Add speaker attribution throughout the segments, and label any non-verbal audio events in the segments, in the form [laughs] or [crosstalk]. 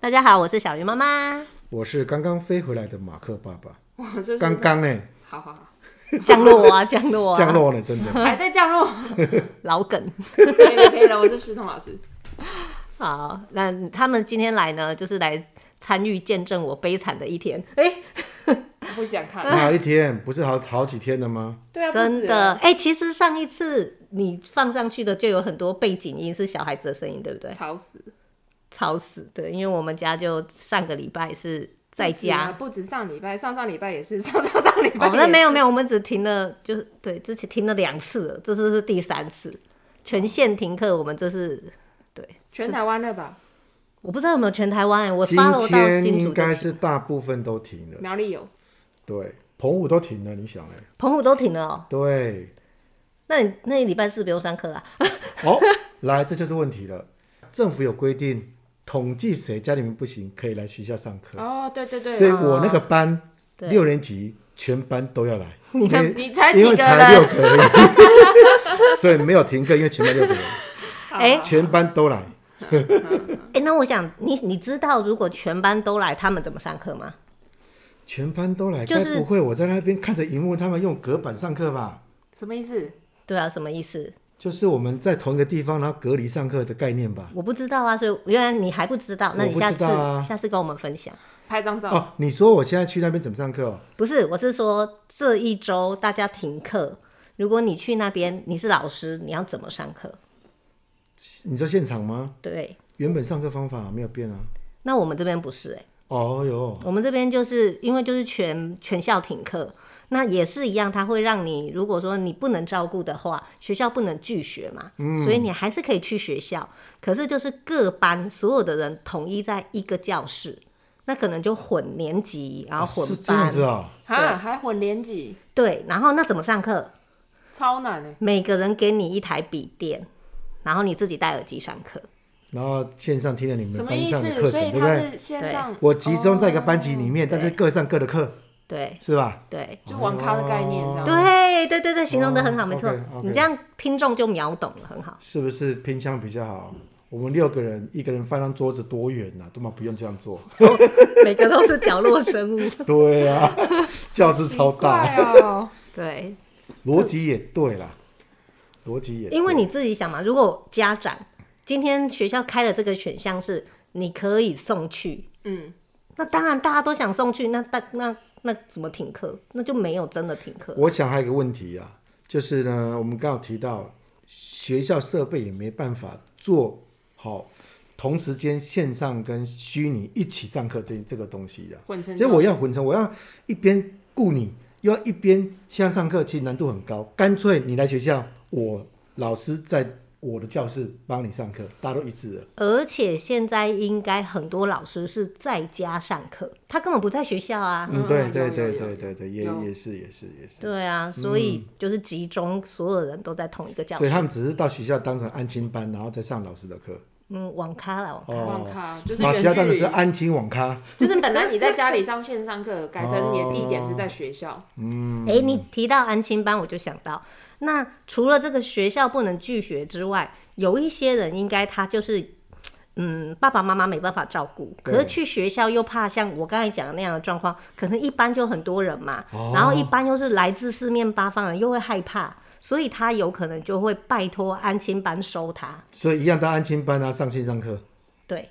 Speaker 1: 大家好，我是小鱼妈妈。
Speaker 2: 我是刚刚飞回来的马克爸爸，
Speaker 3: 哇，这是
Speaker 2: 刚刚呢，
Speaker 3: 好好好，
Speaker 1: 降落啊，降落啊，
Speaker 2: 降落呢，真的。
Speaker 3: 还在降落，
Speaker 1: 老梗。
Speaker 3: 可以了可以了，我是石彤老师。
Speaker 1: 好，那他们今天来呢，就是来参与见证我悲惨的一天。哎、
Speaker 3: 我不想看了，
Speaker 2: 那一天不是好好几天了吗？
Speaker 3: 对啊，
Speaker 1: 嗯
Speaker 3: 不
Speaker 1: 真
Speaker 3: 止
Speaker 1: 的，
Speaker 3: 了
Speaker 1: 哎、其实上一次你放上去的就有很多背景音是小孩子的声音，对不对？
Speaker 3: 吵死，
Speaker 1: 吵死对，因为我们家就上个礼拜是在
Speaker 3: 不止啊
Speaker 1: 家。
Speaker 3: 不止上礼拜，上上礼拜也是， [laughs] 上上上礼拜
Speaker 1: 哦，
Speaker 3: 也
Speaker 1: 那
Speaker 3: 是
Speaker 1: 没有没有，我们只停了，就是对，之前停了两次了，这次是第三次，全线停课。我们这是
Speaker 3: 全台湾了吧？
Speaker 1: 我不知道有没有全台湾、 [laughs] 欸我
Speaker 2: 今
Speaker 1: 发了到
Speaker 2: 天
Speaker 1: 新
Speaker 2: 应
Speaker 1: 竹就
Speaker 2: 该是大部分都停了，
Speaker 3: 哪里有？
Speaker 2: 对，澎湖都停了，你想哎，
Speaker 1: 澎湖都停了、哦，
Speaker 2: 对，
Speaker 1: 那你那你礼拜四不用上课啊啦？ [laughs]
Speaker 2: 哦，来，这就是问题了。政府有规定，统计谁家里面不行，可以来学校上课，
Speaker 3: 哦，对对
Speaker 2: 所以
Speaker 3: 对，
Speaker 2: 我那个班
Speaker 1: 啊对
Speaker 2: 六年级全班都要来，
Speaker 1: 你看
Speaker 2: 因为
Speaker 3: 你才几
Speaker 2: 因为
Speaker 3: 个
Speaker 2: 才六
Speaker 3: 人？
Speaker 2: 个而已， [laughs] 所以没有停课，因为全班六个
Speaker 1: [laughs]
Speaker 2: 人，
Speaker 1: 哎
Speaker 3: 好
Speaker 2: 全班都来。
Speaker 1: 哎、那我想你你知道如果全班都来，他们怎么上课吗？
Speaker 2: 全班都来，
Speaker 1: 就
Speaker 2: 该
Speaker 1: 是
Speaker 2: 不会我在那边看着荧幕，他们用隔板上课吧？
Speaker 3: 什么意思？
Speaker 1: 对啊，什么意思？
Speaker 2: 就是我们在同一个地方，然后隔离上课的概念吧？
Speaker 1: 我不知道啊，所以原来你还不知道，那你
Speaker 2: 我不
Speaker 1: 下次、
Speaker 2: 知道啊
Speaker 1: 下次跟我们分享。
Speaker 3: 拍张照，
Speaker 2: 哦，你说我现在去那边怎么上课、哦？
Speaker 1: 不是，我是说这一周大家停课，如果你去那边，你是老师，你要怎么上课？
Speaker 2: 你说现场吗？
Speaker 1: 对，
Speaker 2: 原本上课方法没有变啊。
Speaker 1: 那我们这边不是哎、
Speaker 2: 哦哟，
Speaker 1: 我们这边就是因为就是全全校停课，那也是一样，它会让你如果说你不能照顾的话，学校不能拒学嘛，
Speaker 2: 嗯
Speaker 1: 所以你还是可以去学校，可是就是各班所有的人统一在一个教室，那可能就混年级，然后
Speaker 2: 是
Speaker 1: 混
Speaker 2: 这
Speaker 1: 班，
Speaker 2: 样子哦。
Speaker 3: 啊，还混年级，
Speaker 1: 对，然后那怎么上课？
Speaker 3: 超难哎，
Speaker 1: 每个人给你一台笔电，然后你自己戴耳机上课。
Speaker 2: 然后线上听了你
Speaker 3: 什
Speaker 2: 们
Speaker 3: 么
Speaker 2: 班
Speaker 3: 意
Speaker 2: 上的
Speaker 3: 思？
Speaker 2: 课
Speaker 3: 所
Speaker 2: 程，
Speaker 3: 以
Speaker 2: 对不
Speaker 3: 他
Speaker 2: 对？
Speaker 3: 是哦线上，
Speaker 2: 我集中在一个班级里面，
Speaker 1: 对
Speaker 2: 但是各上各的课，
Speaker 1: 对
Speaker 2: 是吧？
Speaker 1: 对
Speaker 3: 哦就网咖的概念这样。
Speaker 1: 对对对对，形容的很好，
Speaker 2: 哦
Speaker 1: 没错
Speaker 2: OK，OK
Speaker 1: 你这样听众就秒懂了，很好。
Speaker 2: 是不是偏向比较好？我们六个人，一个人翻张桌子多远呐、啊？都嘛不用这样
Speaker 3: [laughs]
Speaker 2: 做。
Speaker 1: 每个都是角落生物，
Speaker 2: 对啊，教室超
Speaker 3: 奇
Speaker 2: 大。
Speaker 3: 怪哦，
Speaker 1: 对，
Speaker 2: 逻辑也对啦，逻辑也对嗯
Speaker 1: 因为你自己想嘛，如果家长今天学校开的这个选项是你可以送去，
Speaker 3: 嗯，
Speaker 1: 那当然大家都想送去，那那那那怎么停课？那就没有真的停课。
Speaker 2: 我想还有一个问题啊，就是呢，我们刚好提到学校设备也没办法做好同时间线上跟虚拟一起上课这这个东西啊，
Speaker 3: 混成
Speaker 2: 所以我要混成，我要一边雇你，又要一边线上上课，其实难度很高。干脆你来学校，我老师在我的教室帮你上课，大家都一致了。
Speaker 1: 而且现在应该很多老师是在家上课，他根本不在学校啊。
Speaker 2: 嗯，
Speaker 3: 嗯
Speaker 2: 对
Speaker 3: 有
Speaker 2: 对
Speaker 3: 有
Speaker 2: 对
Speaker 3: 有
Speaker 2: 对
Speaker 3: 有
Speaker 2: 对对，也
Speaker 3: 有
Speaker 2: 也是也是也是。
Speaker 1: 对啊，所以就是集中所有人都在同一个教
Speaker 2: 嗯所以
Speaker 1: 室。
Speaker 2: 他们只是到学校当成安亲班，然后再上老师的课。
Speaker 1: 嗯，网咖啦，网咖。
Speaker 3: 网咖哦就是
Speaker 2: 啊，学校
Speaker 3: 远
Speaker 2: 当
Speaker 3: 距
Speaker 2: 成
Speaker 3: 离
Speaker 2: 是。安亲网咖，
Speaker 3: 就是本来你在家里上线上课，改成你的地点是在学校，
Speaker 1: 哎、你提到安亲班，我就想到，那除了这个学校不能拒学之外，有一些人应该他就是，嗯，爸爸妈妈没办法照顾，
Speaker 2: 对
Speaker 1: 可是去学校又怕像我刚才讲的那样的状况，可能一班就很多人嘛，然后一般又是来自四面八方的人，又会害怕，所以他有可能就会拜托安亲班收他。
Speaker 2: 所以一样到安亲班啊，上线上课。
Speaker 1: 对，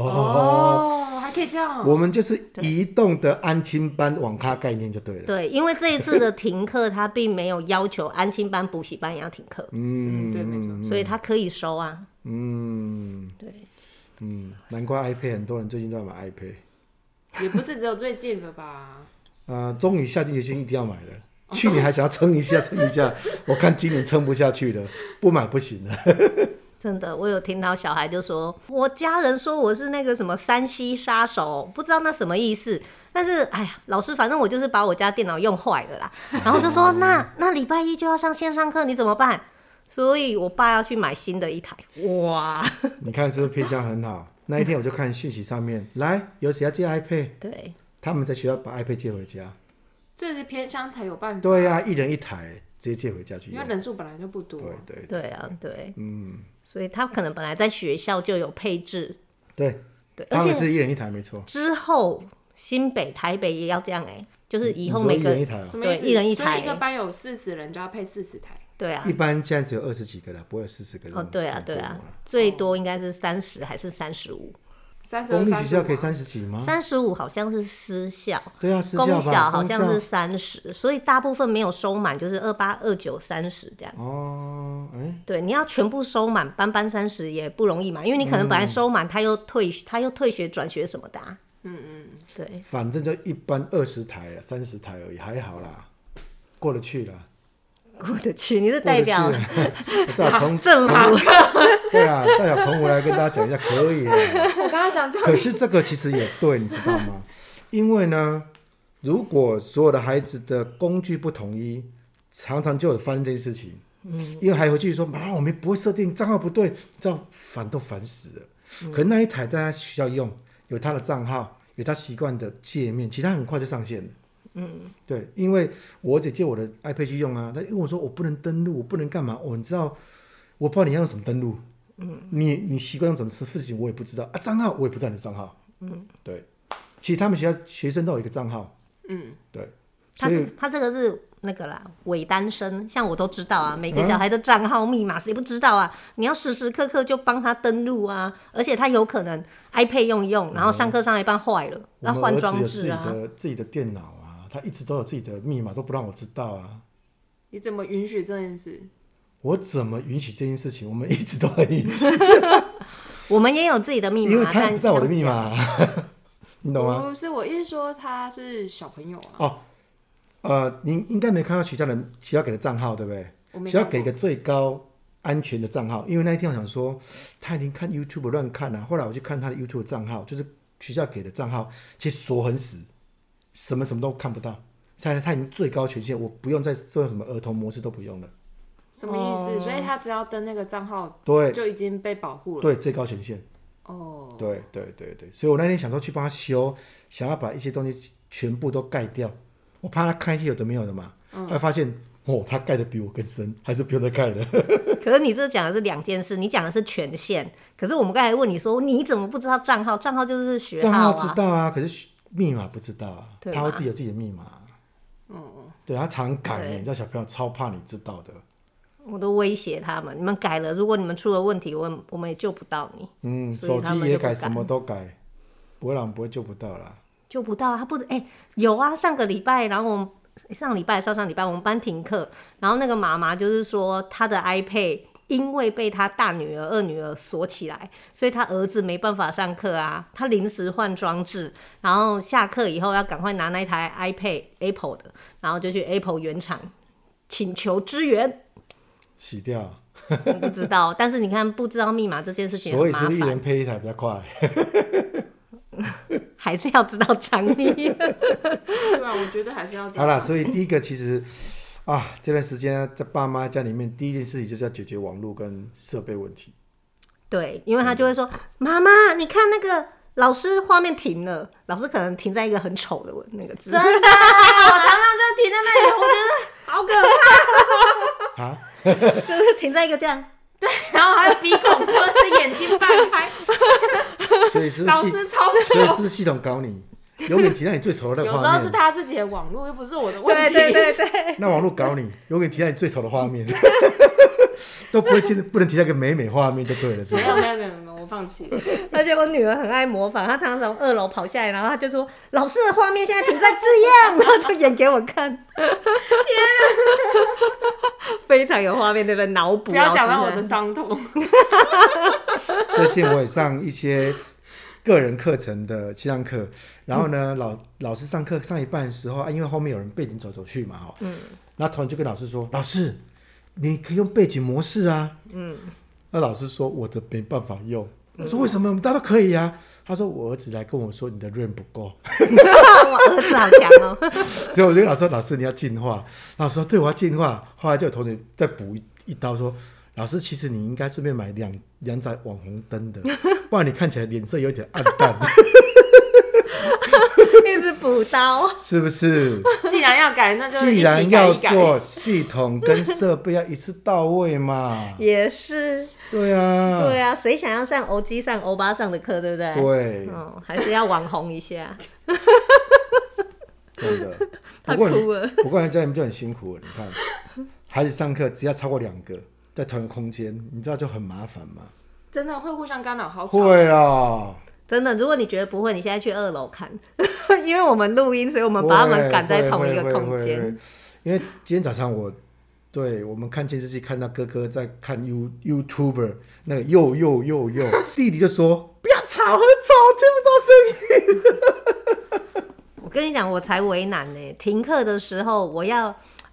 Speaker 3: 哦，还可以这样哦，
Speaker 2: 我们就是移动的安亲班网咖概念就对了。
Speaker 1: 对，因为这一次的停课，他并没有要求安亲班、补习班也要停课，
Speaker 3: 嗯，对，没错，
Speaker 1: 所以他可以收啊。
Speaker 2: 嗯
Speaker 1: 对，
Speaker 2: 嗯，难怪 iPad 很多人最近都要买 iPad。
Speaker 3: 也不是只有最近了吧？
Speaker 2: 呃，终于下定决心一定要买
Speaker 3: [laughs]
Speaker 2: 了。去年还想要撑一下，撑一下，我看今年撑不下去了，不买不行了。
Speaker 1: 真的，我有听到小孩就说，我家人说我是那个什么山西杀手，不知道那什么意思。但是，哎呀，老师，反正我就是把我家电脑用坏了啦。
Speaker 2: [laughs]
Speaker 1: 然后就说，那那礼拜一就要上线上课，你怎么办？所以我爸要去买新的一
Speaker 2: [laughs]
Speaker 1: 台。哇，
Speaker 2: 你看是不是偏向很好？那一天我就看讯息上面，来有谁要借 iPad？
Speaker 1: 对，
Speaker 2: 他们在学校把 iPad 借回家。
Speaker 3: 这是偏乡才有办法，
Speaker 2: 对啊呀、一人一台，直接借回家去
Speaker 3: 因
Speaker 2: 用
Speaker 3: 为。人数本来就不多
Speaker 2: 对，对
Speaker 1: 对啊，对，嗯，所以他可能本来在学校就有配置，
Speaker 2: 对，
Speaker 1: 对，而
Speaker 2: 他们
Speaker 1: 且
Speaker 2: 是一人一台，没错。
Speaker 1: 之后新北、台北也要这样哎、就是以后
Speaker 2: 你说
Speaker 1: 每
Speaker 2: 一
Speaker 1: 个
Speaker 2: 人一台啊
Speaker 3: 什么意思？
Speaker 1: 对一人一
Speaker 3: 所
Speaker 1: 台
Speaker 3: 以一个班有四十人就要配四十台，
Speaker 1: 对啊
Speaker 2: 一，般现在只有二十几个了，不会有四十个这
Speaker 1: 哦
Speaker 2: 种。
Speaker 1: 对啊
Speaker 2: 这
Speaker 1: 对
Speaker 2: 种
Speaker 1: 啊
Speaker 2: 规模了，
Speaker 1: 最多应该是三十还是三十五？
Speaker 3: 三十
Speaker 2: 啊公立
Speaker 3: 三
Speaker 2: 学
Speaker 3: 十
Speaker 2: 校可以三十几吗？
Speaker 1: 三十五好像是私校，
Speaker 2: 对啊，啊私校
Speaker 1: 公
Speaker 2: 吧，
Speaker 1: 校好像
Speaker 2: 公
Speaker 1: 是
Speaker 2: 校
Speaker 1: 三十，所以大部分没有收满，就是二八、二九、三十这样。
Speaker 2: 哦，哎，
Speaker 1: 对，你要全部收满，班班三十也不容易嘛，因为你可能本来收满，他又退，
Speaker 2: 嗯
Speaker 1: 他又退学、转学什么的、啊。嗯嗯，对，
Speaker 2: 反正就一般二十台、啊三十台而已，还好啦，过得去啦。
Speaker 1: 过得去，你是
Speaker 2: 过得
Speaker 1: 代
Speaker 2: 去
Speaker 1: 表
Speaker 2: [laughs] 啦对啊，
Speaker 1: [laughs]
Speaker 2: 彭
Speaker 1: 政府。
Speaker 2: 对啊，代表彭武来跟大家讲一下，可以啊。
Speaker 3: 我刚刚想叫
Speaker 2: 可是这个其实也对，你知道吗？因为呢，如果所有的孩子的工具不统一，常常就有发生这件事情。嗯，因为还回去说，妈，我们不会设定账号不对，这样烦都烦死了。可那一台在他学校用，有他的账号，有他习惯的界面，其实他很快就上线了。嗯，对，因为我姐借我的 iPad 去用啊，她因为我说我不能登录，我不能干嘛，哦，你知道，我不知道你要用什么登录，你你习惯用怎么事情，我也不知道啊。账号我也不知道你的账号，嗯，对。其实他们学校学生都有一个账号，嗯，对。
Speaker 1: 他
Speaker 2: 所以
Speaker 1: 这他这个是那个啦，伪单身，像我都知道啊，每
Speaker 2: 嗯
Speaker 1: 个小孩的账号密码谁不知道啊？你要时时刻刻就帮他登录啊，而且他有可能 iPad 用一用，然后上课上一半坏了，
Speaker 2: 嗯我
Speaker 1: 然后
Speaker 2: 们
Speaker 1: 换
Speaker 2: 儿子
Speaker 1: 装
Speaker 2: 有自己
Speaker 1: 置啊。
Speaker 2: 的自己的电脑啊，他一直都有自己的密码，都不让我知道啊。
Speaker 3: 你怎么允许这件事？
Speaker 2: 我怎么允许这件事情？我们一直都很允许，
Speaker 1: 我们也有自己的密码，
Speaker 2: 因为他也
Speaker 1: 但
Speaker 2: 不知道我的密码、
Speaker 1: 要讲。
Speaker 2: 啊，你懂啊吗？
Speaker 3: 不是我一说他是小朋友啊，
Speaker 1: 嗯
Speaker 2: 呃，您应该没看到学校的学校给的账号，对不对？
Speaker 3: 我没
Speaker 2: 需要
Speaker 3: 看
Speaker 2: 给一
Speaker 3: 过。
Speaker 2: 个最高安全的账号，因为那一天我想说，他已经看 YouTube 乱看了、后来我去看他的 YouTube 账号，就是学校给的账号，其实锁很死，什么什么都看不到。现在他已经最高权限，我不用再做什么儿童模式都不用了。
Speaker 3: 什么意
Speaker 1: 哦
Speaker 3: 思？所以他只要登那个账号
Speaker 2: 对
Speaker 3: 就已经被保护了。
Speaker 2: 对，最高权限。
Speaker 3: 哦，
Speaker 2: 对对对对，所以我那天想说去帮他修，想要把一些东西全部都盖掉，我怕他看一些有的没有的嘛，
Speaker 1: 嗯
Speaker 2: 后来发现哦，他盖的比我更深，还是不用再盖
Speaker 1: 啊
Speaker 2: 了。
Speaker 1: 可是你这讲的是两件事，你讲的是权限，可是我们刚才问你说你怎么不知道账号？账号就是学
Speaker 2: 账
Speaker 1: 号
Speaker 2: 号知
Speaker 1: 啊。
Speaker 2: 道啊，可是密码不知道啊，
Speaker 1: 对
Speaker 2: 他
Speaker 1: 嘛
Speaker 2: 会自己有自己的密码。嗯，对他常改呢，
Speaker 1: 对
Speaker 2: 你知道小朋友超怕你知道的。
Speaker 1: 我都威胁他们，你们改了，如果你们出了问题，我们我们也救不到你。
Speaker 2: 嗯，
Speaker 1: 所
Speaker 2: 手
Speaker 1: 以他
Speaker 2: 机
Speaker 1: 们
Speaker 2: 也
Speaker 1: 就不
Speaker 2: 改，
Speaker 1: 敢
Speaker 2: 什么都改，不会让我们不会救不到啦。
Speaker 1: 救不到啊，他不哎、有啊，上个礼拜，然后我们上礼拜上上礼拜我们班停课，然后那个妈妈就是说她的 iPad 因为被她大女儿、二女儿锁起来，所以她儿子没办法上课啊，她临时换装置，然后下课以后要赶快拿那台 iPad Apple 的，然后就去 Apple 原厂请求支援。
Speaker 2: 洗掉，
Speaker 1: 我不知道， [laughs] 但是你看不知道密码这件事情
Speaker 2: 所
Speaker 1: 很
Speaker 2: 以
Speaker 1: 麻
Speaker 2: 是不是一
Speaker 1: 烦
Speaker 2: 人，配一台比较快？
Speaker 1: 还是要知道 [laughs] 常理。
Speaker 3: 对啊，我觉得还是要这
Speaker 2: 好
Speaker 3: 样。
Speaker 2: 啦，所以第一个其实啊，这段时间在爸妈家里面，第一件事情就是要解决网络跟设备问题。
Speaker 1: 对，因为他就会说：“妈妈，你看那个老师画面停了，老师可能停在一个很丑的那个字
Speaker 3: 真。的，我常常就停在那里，我觉得好可怕。
Speaker 2: 啊，”
Speaker 1: 就是 [laughs] 停在一个这样。
Speaker 3: 然后还有鼻孔或者是眼睛半开，
Speaker 2: 所以是不
Speaker 3: 老
Speaker 2: 是系，
Speaker 3: 师超
Speaker 2: 所以是
Speaker 3: 丑。
Speaker 2: 不是系统搞你？永远提到你最丑的那
Speaker 3: 有时
Speaker 2: 个画
Speaker 3: 候
Speaker 2: 面
Speaker 3: 是，他自己的网络，又不是我的问
Speaker 1: 对
Speaker 3: 题。
Speaker 1: 对 [laughs] 对对，
Speaker 2: 那网络搞你，永远提到你最丑的画
Speaker 3: [laughs]
Speaker 2: 面，都不会见，不能提到一个美美画面就对了，是
Speaker 3: 没有
Speaker 2: 吧？
Speaker 3: 没有没有没有，我放弃了。
Speaker 1: 而且我女儿很爱模仿，她常常从二楼跑下来，然后她就说：“老师的画面现在停在这样。”然后就演给我看。天啊， [laughs] 非常有画面，对不对？脑补。
Speaker 3: 不要讲到我
Speaker 1: 老
Speaker 3: 的
Speaker 1: 师
Speaker 3: 伤痛。
Speaker 2: [laughs] 最近我也上一些个人课程的线上课，然后呢，老老师上课上一半的时候，啊，因为后面有人背景走走去嘛，哈，嗯，然后同学就跟老师说，老师，你可以用背景模式啊，嗯，那老师说我的没办法用，我说为什么？我们大家都可以啊。他说：“我儿子来跟我说你的 RAM 不够，
Speaker 1: [laughs] 我儿子好强哦、
Speaker 2: 所以我就跟老师说：‘老师，你要进化。’老师说：‘对，我要进化。’后来就有同学再补一一刀说：‘老师，其实你应该顺便买
Speaker 1: [laughs]
Speaker 2: 两两盏网红灯的，不然你看起来脸色有点暗淡。’
Speaker 1: 一直补刀。，
Speaker 2: 是不是？
Speaker 3: 既然要改，那就
Speaker 2: 既
Speaker 3: 一起
Speaker 2: 然
Speaker 3: 改
Speaker 2: 要
Speaker 3: 一改。
Speaker 2: 做系统跟设备要一次到位嘛
Speaker 1: [laughs] 也是，
Speaker 2: 对啊，
Speaker 1: 对啊，谁想要上欧基上、欧巴上的课，对不对？
Speaker 2: 对
Speaker 1: 哦，还是要网红一下。
Speaker 2: 真的。
Speaker 1: [laughs] 他
Speaker 2: 不过你
Speaker 1: 哭了
Speaker 2: 不过家里面就很辛苦啊了，你看，孩子上课只要超过两个在同一个空间，你知道就很麻烦吗？
Speaker 3: 真的会互相干扰，好吵。
Speaker 2: 会啊，
Speaker 1: 真的，如果你觉得不会，你现在去二楼看， [laughs] 因为我们录音，所以我们把他们赶在同一个空
Speaker 2: 会。会会
Speaker 1: 间
Speaker 2: 会。因为今天早上我对我们看监视器看到哥哥在看 You YouTuber 那个又又又又，弟弟就说不要吵，很吵，听不到声音。
Speaker 1: 我跟你讲，我才为难呢、停课的时候，我要，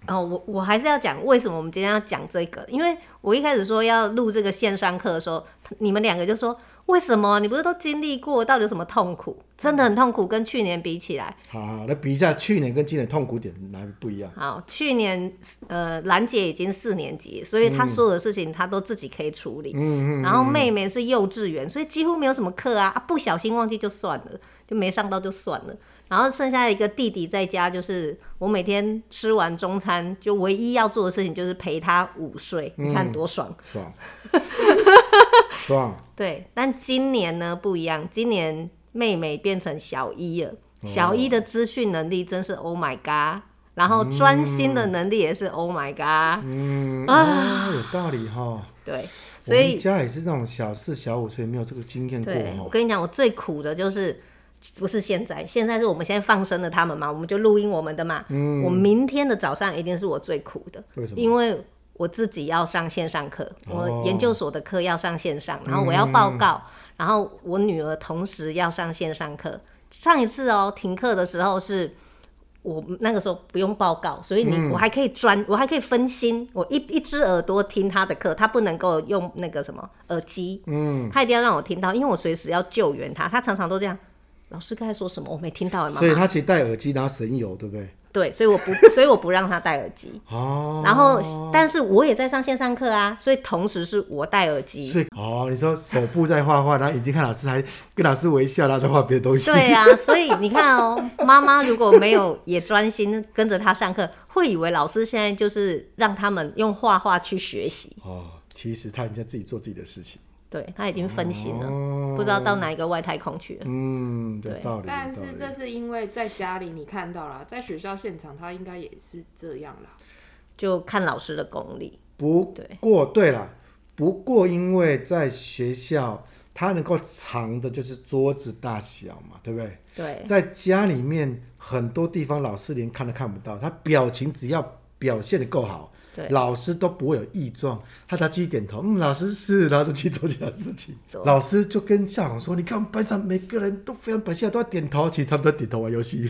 Speaker 1: 哦，我我还是要讲为什么我们今天要讲这个，因为我一开始说要录这个线上课的时候，你们两个就说为什么？你不是都经历过，到底有什么痛苦？真的很痛苦，跟去年比起来，
Speaker 2: 好，来比一下去年跟今年痛苦点哪里不一样？
Speaker 1: 好，去年呃，兰姐已经四年级，所以她所有的事情她都自己可以处理。嗯嗯嗯。然后妹妹是幼稚园，所以几乎没有什么课啊，啊不小心忘记就算了，就没上到就算了。然后剩下一个弟弟在家，就是我每天吃完中餐，就唯一要做的事情就是陪他午睡，你看多爽。
Speaker 2: 爽，爽，
Speaker 1: 对，但今年呢不一样，今年妹妹变成小一了，小一的资讯能力真是 Oh my God，然后专心的能力也是 Oh my God，、
Speaker 2: 嗯啊，有道理哈。
Speaker 1: 对，所
Speaker 2: 我们
Speaker 1: 以
Speaker 2: 家也是那种小四、小五，所以没有这个经验过哦
Speaker 1: 对我
Speaker 2: 哈。
Speaker 1: 跟你讲，我最苦的就是。不是现在，现在是我们现在放生了他们嘛，我们就录音我们的嘛。嗯，我明天的早上一定是我最苦的，
Speaker 2: 为什么？
Speaker 1: 因为我自己要上线上课，
Speaker 2: 哦嗯
Speaker 1: 我研究所的课要上线上，然后我要报告，然后我女儿同时要上线上课。上一次哦，停课的时候是。我那个时候不用报告，所以你、
Speaker 2: 嗯
Speaker 1: 我还可以专，我还可以分心，我一一只耳朵听他的课，他不能够用那个什么耳机，嗯，他一定要让我听到，因为我随时要救援他，他常常都这样，老师刚才说什么我没听到，妈
Speaker 2: 所以
Speaker 1: 妈，
Speaker 2: 他其实戴耳机，然后神游，对不对？
Speaker 1: 对，所以我不， [laughs] 所以我不让他戴耳机，
Speaker 2: 哦，
Speaker 1: 然后，但是我也在上线上课啊，所以同时是我戴耳机。
Speaker 2: 所以哦，你说手部在画画，然后眼睛看老师，还跟老师微笑，然后在画别的东西。
Speaker 1: 对啊，所以你看哦，妈妈如果没有也专心跟着他上课，会以为老师现在就是让他们用画画去学习。
Speaker 2: [laughs] 哦，其实他已经在自己做自己的事情。
Speaker 1: 对他已经分心了，
Speaker 2: 哦
Speaker 1: 不知道到哪一个外太空去了。
Speaker 2: 嗯，有
Speaker 1: 对
Speaker 2: 道理。
Speaker 3: 但
Speaker 2: 有道
Speaker 3: 是
Speaker 2: 理
Speaker 3: 这是因为在家里你看到了，在学校现场他应该也是这样啦。
Speaker 1: 就看老师的功力。
Speaker 2: 不
Speaker 1: 对
Speaker 2: 过对了，不过因为在学校，他能够藏的就是桌子大小嘛，对不对？
Speaker 1: 对
Speaker 2: 在家里面很多地方老师连看都看不到，他表情只要表现的够好，
Speaker 1: 对
Speaker 2: 老师都不会有异状，他只要继续点头，嗯，老师是，然后就去做其他事情
Speaker 1: 对。
Speaker 2: 老师就跟校长说：“你看我们班上每个人都非常表现，都要点头，其实他们都在点头玩游戏。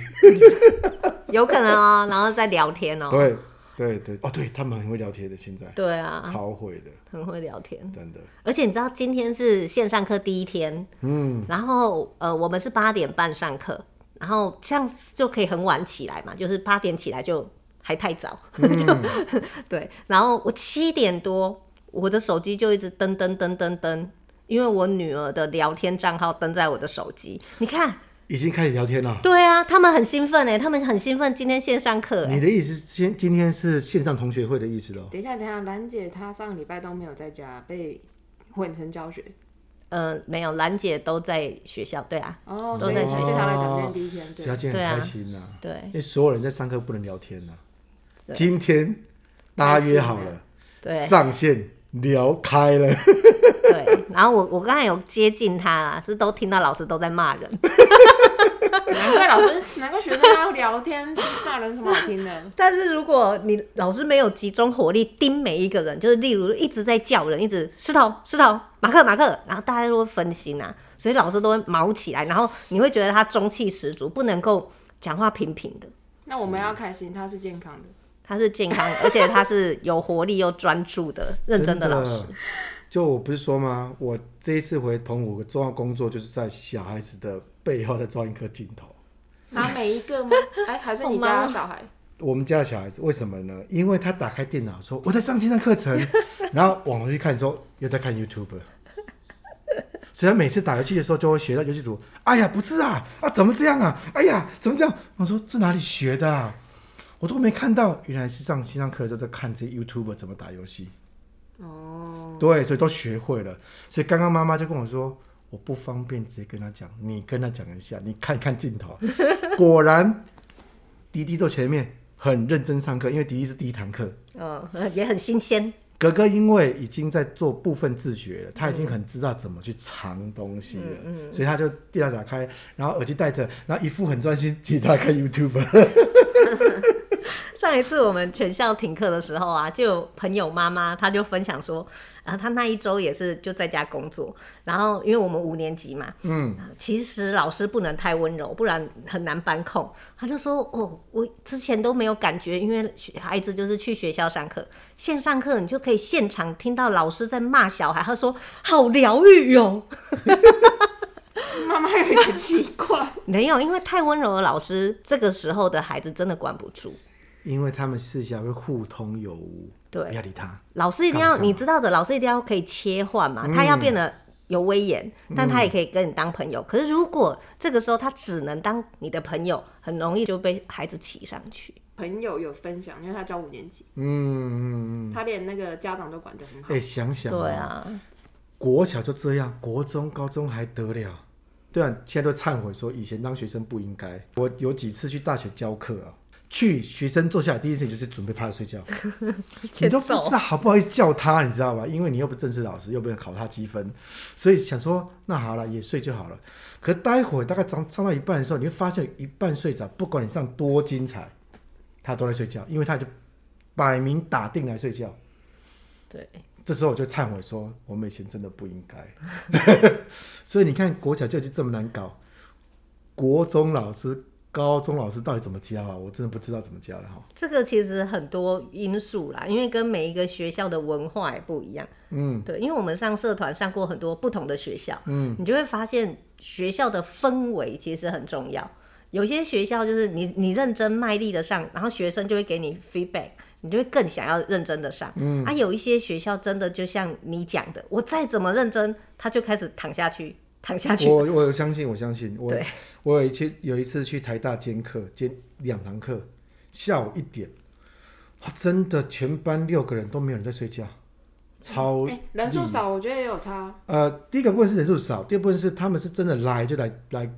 Speaker 1: 有可能哦，然后再聊天哦。
Speaker 2: [laughs] 对对对，哦，对他们很会聊天的，现在、
Speaker 1: 对啊，
Speaker 2: 超会的，
Speaker 1: 很会聊天。
Speaker 2: 真的。
Speaker 1: 而且你知道今天是线上课第一天，嗯，然后呃，我们是八点半上课，然后这样就可以很晚起来嘛，就是八点起来就还太早，[laughs]
Speaker 2: 嗯
Speaker 1: 就对。然后我七点多，我的手机就一直噔噔噔噔噔，因为我女儿的聊天账号登在我的手机，你看，
Speaker 2: 已经开始聊天了。
Speaker 1: 对啊，他们很兴奋哎，他们很兴奋，今天线上课
Speaker 2: 你
Speaker 1: 哎，
Speaker 2: 的意思是今今天是线上同学会的意思喽？
Speaker 3: 等一下，等一下，兰姐她上个礼拜都没有在家，被混成教学
Speaker 1: 呃，没有，兰姐都在学校，对啊，
Speaker 3: 哦，
Speaker 1: 都在学校
Speaker 3: 对她来讲今天第一天，
Speaker 2: 所以他
Speaker 3: 对，
Speaker 2: 今
Speaker 1: 对
Speaker 2: 天
Speaker 1: 啊
Speaker 2: 很开心啊。
Speaker 1: 对
Speaker 2: 因为所有人在上课不能聊天呐、
Speaker 1: 对
Speaker 2: 今天大家约好了，
Speaker 1: 对。
Speaker 2: 上线聊开了，
Speaker 1: 对，然后我我刚才有接近他啊，是都听到老师都在骂人。 [laughs]
Speaker 3: 难怪老师，难怪学生要聊天骂人，什么好听 [laughs] 的？
Speaker 1: 但是如果你老师没有集中火力盯每一个人，就是例如一直在叫人，一直石头石头马克马克，然后大家都会分心啊，所以老师都会毛起来，然后你会觉得他中气十足，不能够讲话平平的。
Speaker 3: 那我们要开心，他是健康的。
Speaker 1: 他是健康的，而且他是有活力又专注的、认 [laughs] 真的老师。。
Speaker 2: 就我不是说吗？我这一次回澎湖，重要工作就是在小孩子的背后再装一颗镜头。
Speaker 3: 他每一个吗？哎，还是你
Speaker 1: 好
Speaker 3: 家
Speaker 1: 忙哦
Speaker 3: 小孩？
Speaker 2: 我们家的小孩子为什么呢？因为他打开电脑说我在上线上课程，然后往回去看说又在看 YouTube，所以他每次打游戏的时候就会学到游戏组，哎呀，不是啊，啊，怎么这样啊？哎呀，怎么这样？我说这哪里学的啊？我都没看到，原来是上线上课的时候在看这些 YouTube 怎么打游戏。哦，对，所以都学会了。所以刚刚妈妈就跟我说，我不方便直接跟他讲，你跟他讲一下，你看看镜头。啊果然，迪迪坐前面很认真上课，因为迪迪是第一堂课。
Speaker 1: 嗯，也很新鲜。
Speaker 2: 格格因为已经在做部分自学了，他已经
Speaker 1: 嗯
Speaker 2: 很知道怎么去藏东西了，所以他就电脑打开，然后耳机戴着，然后一副很专心，其实他看 YouTube。 [laughs]
Speaker 1: 上一次我们全校停课的时候啊，就有朋友妈妈她就分享说，啊，她那一周也是就在家工作，然后因为我们五年级嘛，嗯，其实老师不能太温柔，不然很难班控。她就说，哦，我之前都没有感觉，因为学孩子就是去学校上课，线上课你就可以现场听到老师在骂小孩，她说好疗愈哦。
Speaker 3: 妈妈有点奇怪，
Speaker 1: 没有，因为太温柔的老师，这个时候的孩子真的管不住。
Speaker 2: 因为他们私下会互通有无，
Speaker 1: 对
Speaker 2: 不要理他。
Speaker 1: 老师一定
Speaker 2: 干
Speaker 1: 要，
Speaker 2: 嘛干嘛
Speaker 1: 你知道的，老师一定要可以切换
Speaker 2: 嗯
Speaker 1: 嘛，他要变得有威严，但他也可以跟你当朋友。可是如果这个时候他只能当你的朋友，很容易就被孩子骑上去。
Speaker 3: 朋友有分享，因为他教五年级，
Speaker 2: 嗯嗯嗯，
Speaker 3: 他连那个家长都管得很好
Speaker 2: 哎、。想想、
Speaker 1: 对，啊，
Speaker 2: 国小就这样，国中、高中还得了？对啊，现在都忏悔说以前当学生不应该。我有几次去大学教课啊，去学生坐下来，第一件事情就是准备趴着睡觉，你都不
Speaker 1: 欠揍
Speaker 2: 知道好不好意思叫他，你知道吧？因为你又不正式老师，又不能考他积分，所以想说那好了，也睡就好了。可待会儿大概上上到一半的时候，你会发现一半睡着，不管你上多精彩，他都在睡觉，因为他就摆明打定来睡觉。
Speaker 1: 对，
Speaker 2: 这时候我就忏悔说，我们以前真的不应该。 [laughs] 所以你看，国小就已经这么难搞，国中老师、高中老师到底怎么教啊？我真的不知道怎么教了哈。
Speaker 1: 这个其实很多因素啦，因为跟每一个学校的文化也不一样。嗯，对，因为我们上社团上过很多不同的学校，嗯，你就会发现学校的氛围其实很重要。有些学校就是你你认真卖力的上，然后学生就会给你 feedback，你就会更想要认真的上。嗯，啊，有一些学校真的就像你讲的，我再怎么认真，他就开始躺下去，躺下去。
Speaker 2: 我我相信，我相信，我
Speaker 1: 对
Speaker 2: 我有一次有一次去台大兼课，兼两堂课，下午一点，啊，真的全班六个人都没有人在睡觉，超
Speaker 3: 哎、人数
Speaker 2: 嗯
Speaker 3: 少，我觉得也有差。
Speaker 2: 呃，第一个部分是人数少，第二部分是他们是真的来就来来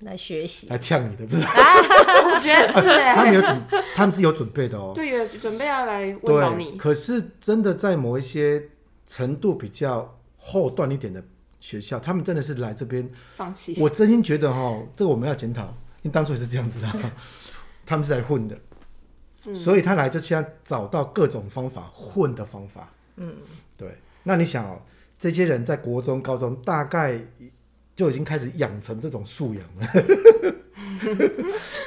Speaker 1: 来学习，
Speaker 2: 来呛你的，不是？
Speaker 3: 我觉得是
Speaker 2: 他
Speaker 3: [laughs] 哎、
Speaker 2: 们有准，他们是有准备的哦。
Speaker 3: 对，有准备要来问到
Speaker 2: 对，
Speaker 3: 你，
Speaker 2: 可是真的在某一些程度比较后段一点的学校，他们真的是来这边，
Speaker 3: 放弃。
Speaker 2: 我真心觉得哈，这个我们要检讨，因为当初也是这样子的， [laughs] 他们是来混的，
Speaker 1: 嗯
Speaker 2: 所以他来就是要找到各种方法混的方法。嗯，对。那你想哦，这些人在国中、高中大概就已经开始养成这种素养了， [laughs]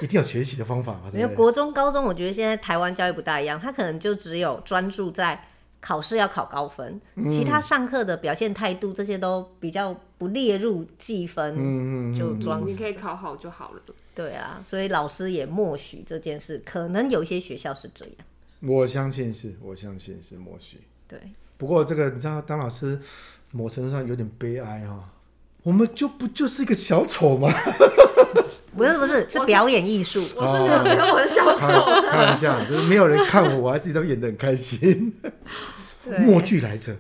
Speaker 2: 一定有学习的方法嘛，
Speaker 1: 没
Speaker 2: 对
Speaker 1: 有
Speaker 2: 不哦对？
Speaker 1: 国中、高中，我觉得现在台湾教育不大一样，他可能就只有专注在考试要考高分，其
Speaker 2: 嗯
Speaker 1: 他上课的表现态度这些都比较不列入计分，
Speaker 2: 嗯嗯嗯
Speaker 1: 就装
Speaker 3: 你
Speaker 1: 死。
Speaker 3: 可以考好就好了。
Speaker 1: 对啊，所以老师也默许这件事，可能有一些学校是这样。
Speaker 2: 我相信是，我相信是默许。
Speaker 1: 对，
Speaker 2: 不过这个你知道，当老师某程度上有点悲哀哈、我们就不就是一个小丑吗？
Speaker 1: 不是不是，是表演艺术。
Speaker 3: 我是没
Speaker 2: 哦
Speaker 3: 有觉得我的小丑
Speaker 2: 开开玩笑，就是没有人看我，我还自己都演得很开心，默剧来着。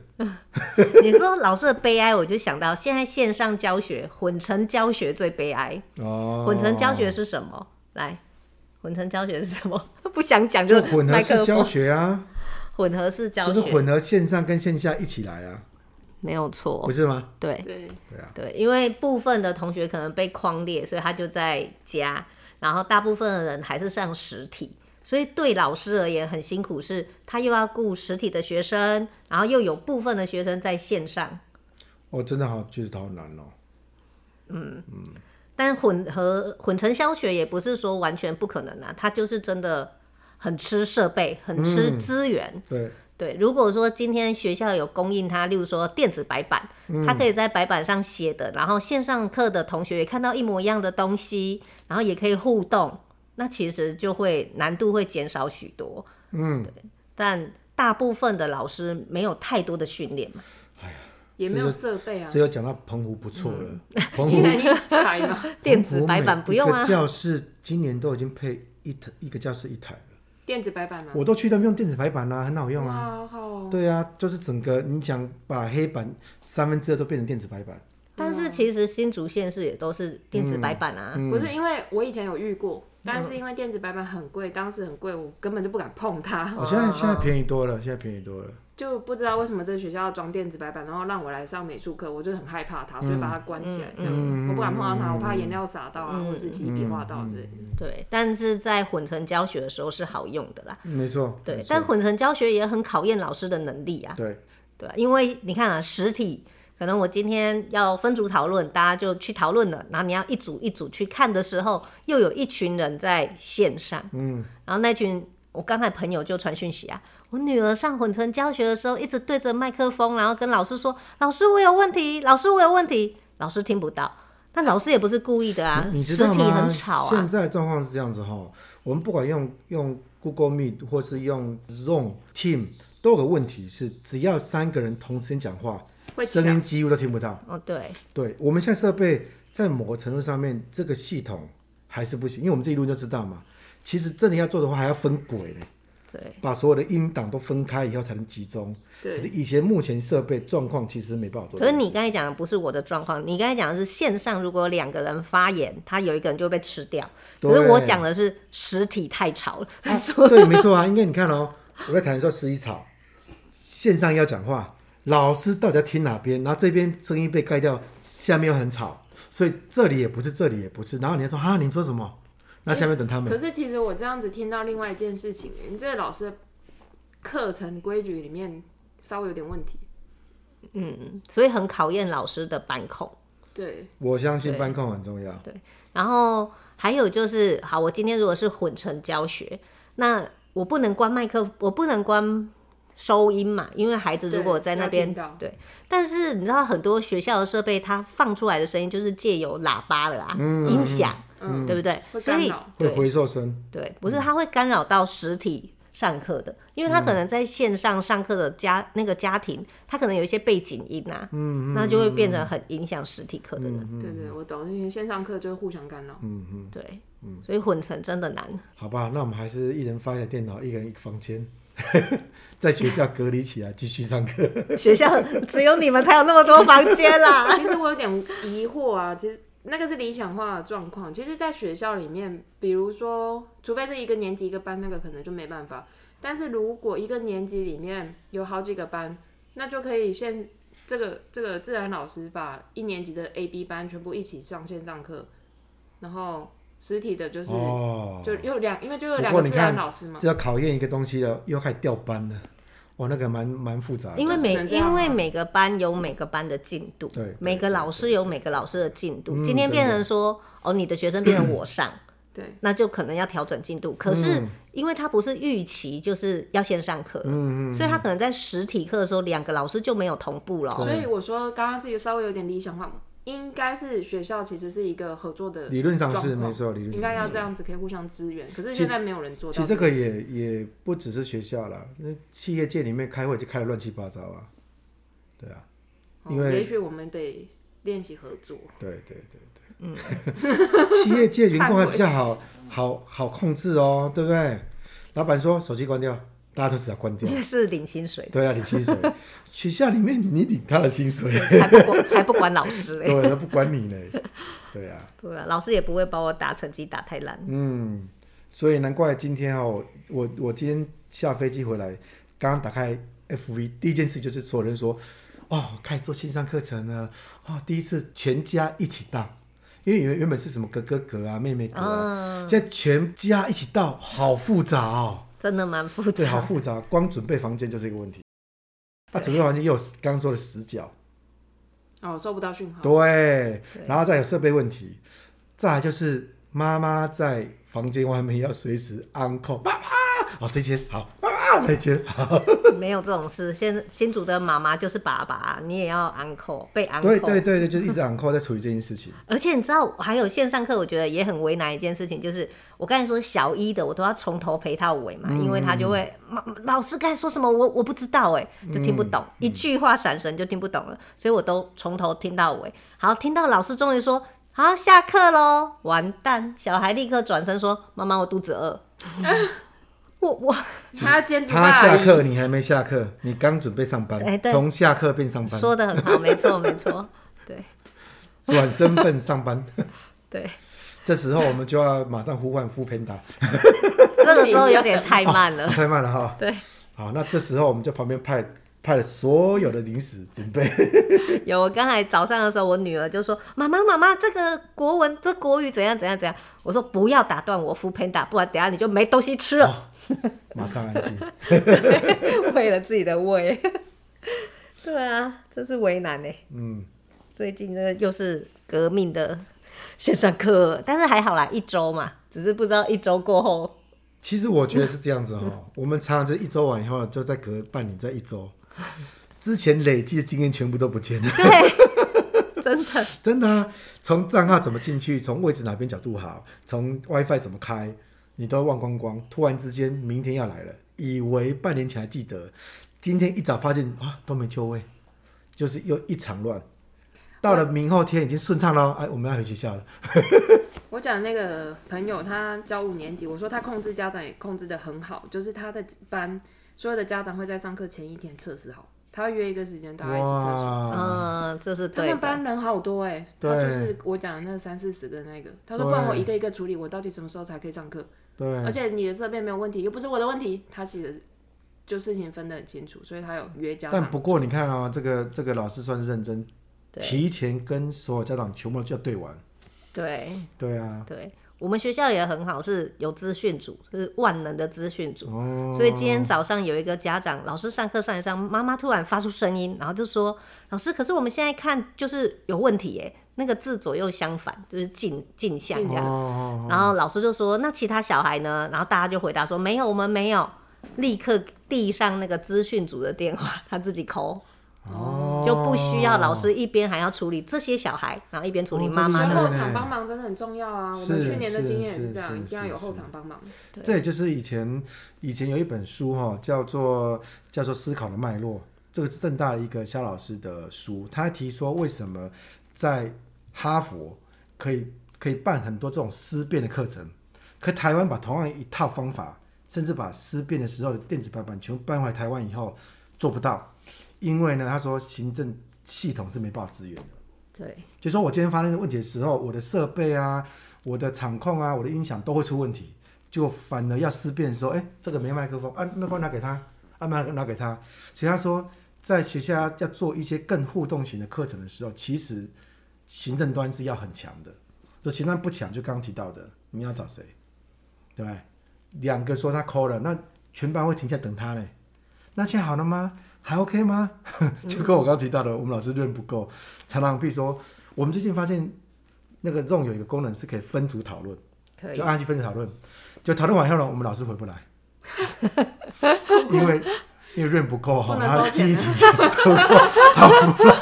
Speaker 1: 你说老师的悲哀，我就想到现在线上教学、混成教学最悲哀。
Speaker 2: 哦，
Speaker 1: 混成教学是什么？来，混成教学是什么？ [laughs] 不想讲
Speaker 2: 就
Speaker 1: 就
Speaker 2: 混合
Speaker 1: 麦
Speaker 2: 式
Speaker 1: 克
Speaker 2: 教
Speaker 1: 风。
Speaker 2: 学啊，
Speaker 1: [laughs] 混合式教
Speaker 2: 就
Speaker 1: 学
Speaker 2: 是混合线上跟线下一起来啊，
Speaker 1: 没有错
Speaker 2: 不，是吗？
Speaker 1: 对
Speaker 3: 对，
Speaker 2: 对啊，
Speaker 1: 对，因为部分的同学可能被框列，所以他就在家，然后大部分的人还是上实体，所以对老师而言很辛苦，是他又要顾实体的学生，然后又有部分的学生在线上，
Speaker 2: 我哦真的好觉得好难哦。
Speaker 1: 但混合混成教学也不是说完全不可能啊，他就是真的很吃设备，很吃
Speaker 2: 嗯
Speaker 1: 资源。
Speaker 2: 对，
Speaker 1: 对，如果说今天学校有供应他，例如说电子白板，
Speaker 2: 嗯
Speaker 1: 他可以在白板上写的，然后线上课的同学也看到一模一样的东西，然后也可以互动，那其实就会难度会减少许多。嗯，对，但大部分的老师没有太多的训练嘛，嗯
Speaker 3: 也没有设备啊
Speaker 2: 只，有讲到澎湖不错了，澎湖
Speaker 3: 一人一台
Speaker 1: [laughs]
Speaker 3: 嘛，
Speaker 2: 啊
Speaker 1: 电子白板不用
Speaker 2: 澎湖每
Speaker 1: 啊
Speaker 2: 一个。教室今年都已经配一台一个教室一台了，
Speaker 3: 电子白板
Speaker 1: 嗯
Speaker 3: 嘛，
Speaker 2: 我都去那边用电子排版啦、很好用啊。
Speaker 3: 哇，好好哦，
Speaker 2: 对啊，就是整个你想把黑板三分之二都变成电子排版，
Speaker 1: 但
Speaker 2: 啊
Speaker 1: 是其实新竹县市也都是电子白板啊，
Speaker 2: 嗯
Speaker 3: 不是因为我以前有遇过，但是因为电子白板很贵，当时很贵，我根本就不敢碰它，
Speaker 2: 我、
Speaker 1: 哦
Speaker 2: 哦现在现在便宜多了，现在便宜多了。
Speaker 3: 就不知道为什么这个学校要装电子白板，然后让我来上美术课，我就很害怕它，
Speaker 2: 嗯
Speaker 3: 所以把它关起来，这样我不敢碰到它，我怕颜料洒
Speaker 2: 嗯
Speaker 3: 到啊，或者是起笔画到之类的。
Speaker 1: 对，但是在混成教学的时候是好用的啦。
Speaker 2: 没错，没
Speaker 1: 啊对，
Speaker 2: 错
Speaker 1: 但混成教学也很考验老师的能力啊。
Speaker 2: 对，
Speaker 1: 对啊，因为你看啊，实体可能我今天要分组讨论，大家就去讨论了，然后你要一组一组去看的时候，又有一群人在线上，嗯，然后那群我刚才朋友就传讯息啊，我女儿上混成教学的时候，一直对着麦克风，然后跟老师说：“老师，我有问题，老师，我有问题。”老师听不到，但老师也不是故意的啊，
Speaker 2: 你知
Speaker 1: 实
Speaker 2: 道
Speaker 1: 体
Speaker 2: 吗？
Speaker 1: 很吵
Speaker 2: 现
Speaker 1: 啊，
Speaker 2: 在状况是这样子哈，我们不管用用 Google Meet 或是用 Zoom、Team，都有个问题是，只要三个人同时间讲话，
Speaker 3: 会
Speaker 2: 声
Speaker 3: 抢
Speaker 2: 音几乎都听不到。
Speaker 1: 哦，对，
Speaker 2: 对我们现在设备在某个程度上面，这个系统还是不行，因为我们这一路就知道嘛。其实真的要做的话，还要分轨嘞，
Speaker 1: 对，
Speaker 2: 把所有的音档都分开以后才能集中。
Speaker 3: 对
Speaker 2: 可是以前目前设备状况其实没办法做
Speaker 1: 可
Speaker 2: 到。
Speaker 1: 是你刚才讲的不是我的状况，你刚才讲的是线上，如果两个人发言，他有一个人就会被吃掉。
Speaker 2: 对
Speaker 1: 可是我讲的是实体太吵了，
Speaker 2: 啊对，没错啊，因为你看哦，我在台南说十一吵，线上要讲话，老师到底要听哪边？然后这边声音被盖掉，下面又很吵，所以这里也不是，这里也不是。然后你要说啊，你说什么？那下面等他们
Speaker 3: 可。是其实我这样子听到另外一件事情，你这个老师的课程规矩里面稍微有点问题。
Speaker 1: 所以很考验老师的班控。
Speaker 3: 对，
Speaker 2: 我相信
Speaker 1: 对
Speaker 2: 班控很重要。
Speaker 1: 然后还有就是，好，我今天如果是混成教学，那我不能关麦克，我不能关收音嘛，因为孩子如果
Speaker 3: 对
Speaker 1: 在那
Speaker 3: 要
Speaker 1: 边
Speaker 3: 听到
Speaker 1: 对，但是你知道很多学校的设备，它放出来的声音就是借由喇叭了啊，音响，对不对？
Speaker 3: 嗯会
Speaker 1: 所
Speaker 3: 干
Speaker 1: 以
Speaker 3: 扰
Speaker 2: 会
Speaker 1: 对。
Speaker 2: 回收声，
Speaker 1: 对，不是它会干扰到实体上课的，因为他可能在线上上课的家那个家庭，他可能有一些背景音啊，嗯，那就会变成很影响实体课的人，
Speaker 3: 对对，
Speaker 2: 嗯
Speaker 3: 我懂，因为线上课就会互相干扰。
Speaker 1: 对，所以混成真的难， [laughs]
Speaker 2: 好吧？那我们还是一人发一台电脑，一个人一个房间， [laughs] 在学校隔离起来继续上课。
Speaker 1: 学校只有你们才有那么多房间啦，
Speaker 3: [laughs] 其实我有点疑惑啊，其实那个是理想化的状况。其实，在学校里面，比如说，除非是一个年级一个班，那个可能就没办法。但是如果一个年级里面有好几个班，那就可以先这个这个自然老师把一年级的 A、B 班全部一起上线上课，然后实体的就是、
Speaker 2: 哦，
Speaker 3: 就有两，因为就有
Speaker 2: 不
Speaker 3: 两
Speaker 2: 过
Speaker 3: 个
Speaker 2: 你
Speaker 3: 自然
Speaker 2: 看
Speaker 3: 老师嘛。
Speaker 2: 这要考验一个东西了，又开始调班了。哇，那个蛮蛮复杂的。
Speaker 1: 因为每
Speaker 3: 只能这样啊
Speaker 1: 因为每个班有每个班的进度
Speaker 2: 对对，
Speaker 1: 每个老师有每个老师的进度，
Speaker 2: 嗯
Speaker 1: 今天变
Speaker 2: 真嗯
Speaker 1: 成说哦，你的学生变成我上。
Speaker 3: 对，
Speaker 1: 那就可能要调整进度。可是因为他不是预期就是要先上
Speaker 2: 嗯
Speaker 1: 课，所以他可能在实体课的时候，两个老师就没有同步了哦。
Speaker 3: 所以我说刚刚是一个稍微有点理想化，应该是学校其实是一个合作的
Speaker 2: 理论上是
Speaker 3: 状况
Speaker 2: 没错理论上
Speaker 3: 应该要这样子可以互相支援。可是现在没有人做到。
Speaker 2: 其实这个也也不只是学校啦，那企业界里面开会就开的乱七八糟啊。对啊，
Speaker 3: 哦
Speaker 2: 因为
Speaker 3: 也许我们得练习合作，
Speaker 2: 对对对对，嗯，企业界员工还比较好好好控制哦，对不对？老板说手机关掉，大家都只要关掉，
Speaker 1: 因。为是领薪水
Speaker 2: 对啊，领薪水，学校里面你领他的薪水，
Speaker 1: 才不管 [laughs] 才不管老师嘞。
Speaker 2: 对，他不管你呢。对啊，
Speaker 1: 对啊，老师也不会把我打成绩打太烂。
Speaker 2: 嗯，所以难怪今天哦，我我今天下飞机回来，刚刚打开 FV，第一件事就是所有人说，哦，开始做线上课程了，哦，第一次全家一起到，因为原原本是什么哥哥格啊、妹妹格啊，现在全家一起到，好复杂哦，
Speaker 1: 真的蛮复
Speaker 2: 对，好
Speaker 1: 杂，
Speaker 2: 复杂，光准备房间就是一个问题，啊，准备房间又有刚刚说的死角，
Speaker 3: 哦，收不到讯号，
Speaker 2: 对，然后再有设备问题，再来就是妈妈在房间外面要随时 uncle 爸爸，哦，这些好，爸爸上来接，
Speaker 1: 没有这种事。现新竹的妈妈就是爸爸，你也要 uncle 被 uncle。
Speaker 2: 对对对对，就是一直 on call 在处理这
Speaker 1: [laughs]
Speaker 2: 件事情。
Speaker 1: 而且你知道，还有线上课，我觉得也很为难一件事情，就是我刚才说小一的，我都要从头陪到尾嘛，因为他就会妈老师刚才说什么，我我不知道哎，就听不懂，一句话闪神就听不懂了，所以我都从头听到尾。好，听到老师终于说好下课喽，完蛋，小孩立刻转身说妈妈我肚子饿，我我
Speaker 3: 他要兼职
Speaker 2: 他
Speaker 3: 霸
Speaker 2: 下
Speaker 3: 凌。
Speaker 2: 课，你还没下课，你刚准备上
Speaker 1: 哎
Speaker 2: 班，
Speaker 1: 对
Speaker 2: 从下课变上班，
Speaker 1: 说的很好，没错没错，对
Speaker 2: 转身份上班， [laughs]
Speaker 1: 对，
Speaker 2: 这时候我们就要马上呼唤副平达，
Speaker 1: 那个时候有点 [laughs] 太慢了。
Speaker 2: 太慢了哈。
Speaker 1: [laughs] 对，
Speaker 2: 好，那这时候我们就旁边派派了所有的零食准备， [laughs]
Speaker 1: 有，我刚才早上的时候，我女儿就说：“妈妈，妈妈，这个国文，这国语怎样怎样怎样。”我说：“不要打断我扶贫打，不然等下你就没东西吃了。
Speaker 2: 马上安静。
Speaker 1: [laughs] 为了自己的胃，对啊，真是为难呢、
Speaker 2: 嗯，
Speaker 1: 最近这又是革命的线上课，但是还好啦，一周嘛，只是不知道一周过后， [laughs]
Speaker 2: 其实我觉得是这样子哈，我们常常就一周完以后，就再隔半年，再一周，之前累积的经验全部都不见了。 [laughs]
Speaker 1: [laughs] 真的
Speaker 2: 真的啊，从账号怎么进去，从位置哪边角度好，从 WiFi 怎么开，你都忘光光。突然之间，明天要来了，以为半年前还记得，今天一早发现啊都没就位，就是又一场乱。到了明后天已经顺畅了，哎，我们要回学校了。
Speaker 3: 我讲那个朋友，他教五年级，我说他控制家长也控制的很好，就是他的班所有的家长会在上课前一天测试好，他会约一个时间大家一起测试。
Speaker 2: 哇，
Speaker 1: 嗯，这是
Speaker 3: 他
Speaker 1: 对
Speaker 3: 们
Speaker 1: 的。
Speaker 3: 班人好多哎、
Speaker 2: 对
Speaker 3: 他就是我讲的那三四十个那个，他
Speaker 2: 对
Speaker 3: 说不然我一个一个处理，我到底什么时候才可以上课？而
Speaker 2: 对，
Speaker 3: 且你的设备没有问题，又不是我的问题，他其实就事情分得很清楚，所以他有约家
Speaker 2: 但
Speaker 3: 长。
Speaker 2: 不过你看啊、这个这个老师算是认真，
Speaker 1: 对
Speaker 2: 提前跟所有家长全部就要对完。
Speaker 1: 对
Speaker 2: 对啊，
Speaker 1: 对，我们学校也很好，是有资讯组，是万能的资讯组。
Speaker 2: 哦，
Speaker 1: 所以今天早上有一个家长，老师上课上一上，妈妈突然发出声音，然后就说：“老师，可是我们现在看就是有问题耶，那个字左右相反，就是镜镜像
Speaker 3: 镜
Speaker 1: 这
Speaker 3: 像
Speaker 1: 样。
Speaker 2: 哦，
Speaker 1: 然后老师就说：“那其他小孩呢？”然后大家就回答说：“没有，我们没有。”立刻递上那个资讯组的电话，他自己抠，
Speaker 2: 哦
Speaker 1: 就不需要老师一边还要处理这些小孩，然后一边处理
Speaker 2: 哦
Speaker 1: 妈
Speaker 3: 所
Speaker 1: 妈
Speaker 3: 以
Speaker 1: 的
Speaker 2: 这
Speaker 1: 问
Speaker 3: 后
Speaker 1: 题。
Speaker 3: 场帮忙真的很重要啊！我们
Speaker 2: 是
Speaker 3: 去年的
Speaker 2: 是
Speaker 3: 经验也
Speaker 2: 是
Speaker 3: 是这样，
Speaker 2: 是
Speaker 3: 一定要有
Speaker 2: 是
Speaker 3: 后
Speaker 2: 是
Speaker 3: 场帮忙。
Speaker 1: 对
Speaker 2: 这也就是以前以前有一本书哈、叫做叫做《思考的脉络》，这个是正大的一个肖老师的书，他提说为什么在哈佛可以可以办很多这种思辨的课程，可台湾把同样一套方法，甚至把思辨的时候的电子版本全部搬回台湾以后做不到，因为呢，他说行政系统是没办法支援的。
Speaker 1: 对
Speaker 2: 就说我今天发生问题的时候，我的设备啊、我的场控啊、我的音响都会出问题，就反而要思辨说，哎，这个没麦克风啊，麦克风拿给他，啊，麦克风拿给他。所以他说，在学校要做一些更互动型的课程的时候，其实行政端是要很强的。就行政端不强，就刚刚提到的，你要找谁，对不对？两个说他抠了，那全班会停下等他嘞。那现在好了吗？还 OK 吗？ [laughs] 就跟我刚刚提到的，我们老师认不够，常常比如说我们最近发现，那个 Zoom 有一个功能是可以分组讨论，
Speaker 1: 可以
Speaker 2: 就按下去分组讨论，就讨论完以后呢，我们老师回不来，因为因为 RAM 不够哈，
Speaker 3: 不能
Speaker 2: 他的
Speaker 3: 收
Speaker 2: 记
Speaker 3: 钱
Speaker 2: 忆体不够，他回不来，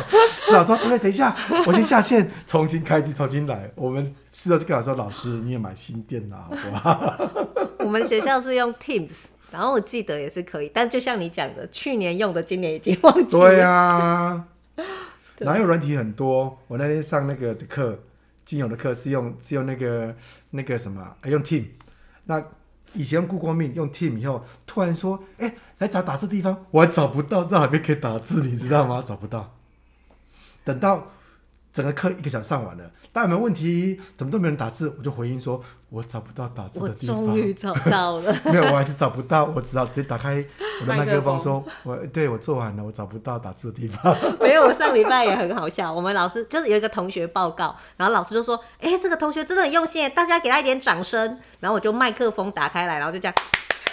Speaker 2: 只好说对，等一下，我先下线，重新开机，重新来。我们事后就跟老师说，老师你也买新电脑好不好？
Speaker 1: 我们学校是用 Teams，然后我记得也是可以，但就像你讲的，去年用的，今年已经忘记了。[laughs]
Speaker 2: 对啊，哪有软体很多？我那天上那个的课，精油的课是用是用那个那个什么啊，哎用 Team。那以前用 Google Meet 用 Team 以后，突然说，哎、来找打字地方，我还找不到，那还没可以打字，你知道吗？ [laughs] 找不到。等到整个课一个小时上完了，大家有没有问题？怎么都没有人打字，我就回应说，我找不到打字
Speaker 1: 我
Speaker 2: 的地方。
Speaker 1: 终于找到了， [laughs]
Speaker 2: [laughs] 没有，我还是找不到，我只好直接打开我的麦克风，
Speaker 3: 麦克风
Speaker 2: 说我对我做完了，我找不到打字的地 [laughs] 方。
Speaker 1: 没有。我上礼拜也很好笑，我们老师就是有一个同学报告，然后老师就说：“哎、这个同学真的很用心耶，大家给他一点掌声。”然后我就麦克风打开来，然后就这样，